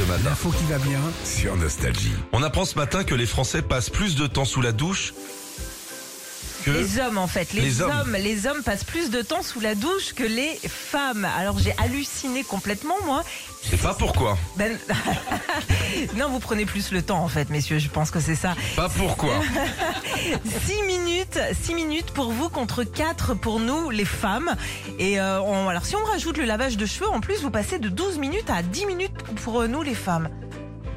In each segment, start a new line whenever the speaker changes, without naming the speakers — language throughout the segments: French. matin.
L'info qui va bien.
sur Nostalgie.
On apprend ce matin que les Français passent plus de temps sous la douche que...
Les hommes, en fait. Les,
Les hommes.
hommes. les hommes passent plus de temps sous la douche que les femmes. Alors, j'ai halluciné complètement, moi.
Je sais pas pourquoi.
Ben... non, vous prenez plus le temps, en fait, messieurs. Je pense que c'est ça.
Pas pourquoi.
6 minutes, 6 minutes pour vous contre 4 pour nous, les femmes. Et euh, on- alors, si on rajoute le lavage de cheveux, en plus, vous passez de 12 minutes à 10 minutes pour euh, nous, les femmes.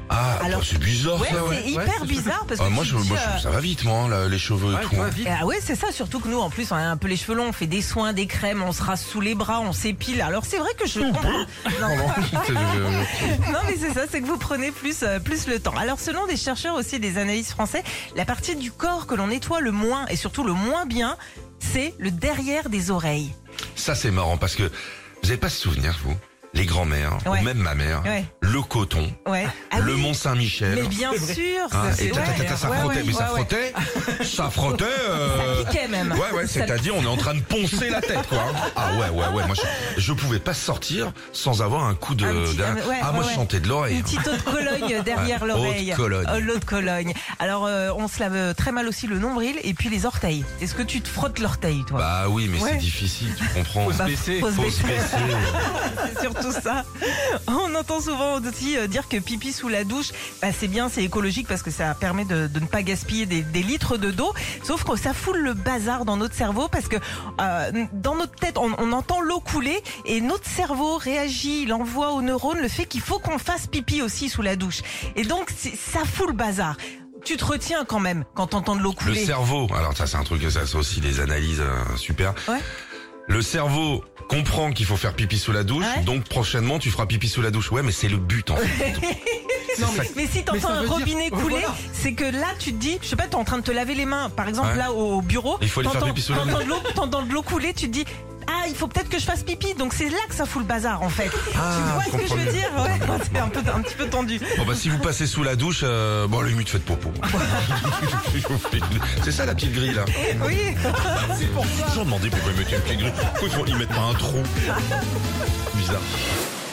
Ah,
Alors-
bah, c'est bizarre
Ouais,
ça.
c'est
ouais.
hyper bizarre parce que.
Ah, moi,
tu
je,
te dis,
moi, je-
euh,
ça va vite, moi, hein, là, les cheveux et tout. hein.
Et Ah ouais, c'est ça, surtout que nous, en plus, on a un peu les cheveux longs, on fait des soins, des crèmes, on se rase sous les bras, on s'épile. Alors c'est vrai que je
Mmh.
comprends. Non, non, mais c'est ça, c'est que vous prenez plus, euh, plus le temps. Alors selon des chercheurs aussi, des analystes français, la partie du corps que l'on nettoie le moins et surtout le moins bien, c'est le derrière des oreilles.
Ça, c'est marrant parce que vous n'avez pas ce souvenir, vous Les grands-mères,
Ouais.
ou même ma mère,
Ouais.
le coton,
Ouais. Ah
le
oui,
Mont-Saint-Michel.
Mais bien sûr,
hein,
ça, c'est
et ta- ta- ta-
ouais,
ta- ça
ouais,
frottait,
ouais,
mais ça
ouais, ouais.
frottait, ça frottait. euh,
Ça piquait même.
Ouais, ouais,
Ça-
c'est-à-dire on est en train de poncer la tête, quoi. hein. Ah ouais, ouais, ouais, moi je, je pouvais pas sortir sans avoir un coup de...
Un petit-
d'un-
ah, ouais,
ah, moi
ouais,
je
ouais.
chantais de l'oreille.
Une petite eau de Cologne derrière
Ouais, eau de
l'oreille.
Cologne.
Oh, l'eau de Cologne. Alors, euh, on se lave très mal aussi le nombril et puis les orteils. Est-ce que tu te frottes l'orteil, toi
Bah oui, mais c'est
Ouais.
difficile, tu comprends.
Bah, faut se
Faut se
baisser,
baisser.
c'est surtout ça. On entend souvent aussi euh, dire que pipi sous la douche, bah, c'est bien, c'est écologique parce que ça permet de, de ne pas gaspiller des, des litres de d'eau. Sauf que ça foule le bazar dans notre cerveau parce que euh, dans notre tête, on, on entend l'eau couler et notre cerveau réagit, il envoie aux neurones le fait qu'il faut qu'on fasse pipi aussi sous la douche. Et donc, c'est- ça fout le bazar. Tu te retiens quand même quand t'entends de l'eau
Le
couler.
cerveau, alors ça c'est un truc, ça c'est aussi des analyses euh, super.
Ouais.
Le cerveau comprend qu'il faut faire pipi sous la douche,
Ouais.
donc prochainement tu feras pipi sous la douche. Ouais, mais c'est le but en fait.
Non, mais, mais si
mais ça
t'entends un
veut dire- Ouais,
robinet couler,
voilà.
c'est que là, tu te dis, je sais pas, t'es en train de te laver les mains, par exemple,
Ouais.
là au au bureau.
Il faut aller faire
t'entends-
pipi sous la
t'entends de l'eau- T'entends de l'eau couler, tu te dis, ah, il faut peut-être que je fasse pipi. Donc c'est là que ça fout le bazar, en fait.
Ah,
tu vois ce que je veux
comprenez.
dire Ouais, c'est un, peu, un petit peu tendu.
Bon bah si vous passez sous la douche, euh, bon à la limite faites popo. c'est ça la petite grille là.
Oui.
J'ai toujours demandé pourquoi ils mettaient une petite grille. Pourquoi ils font- ils mettent pas un trou Bizarre.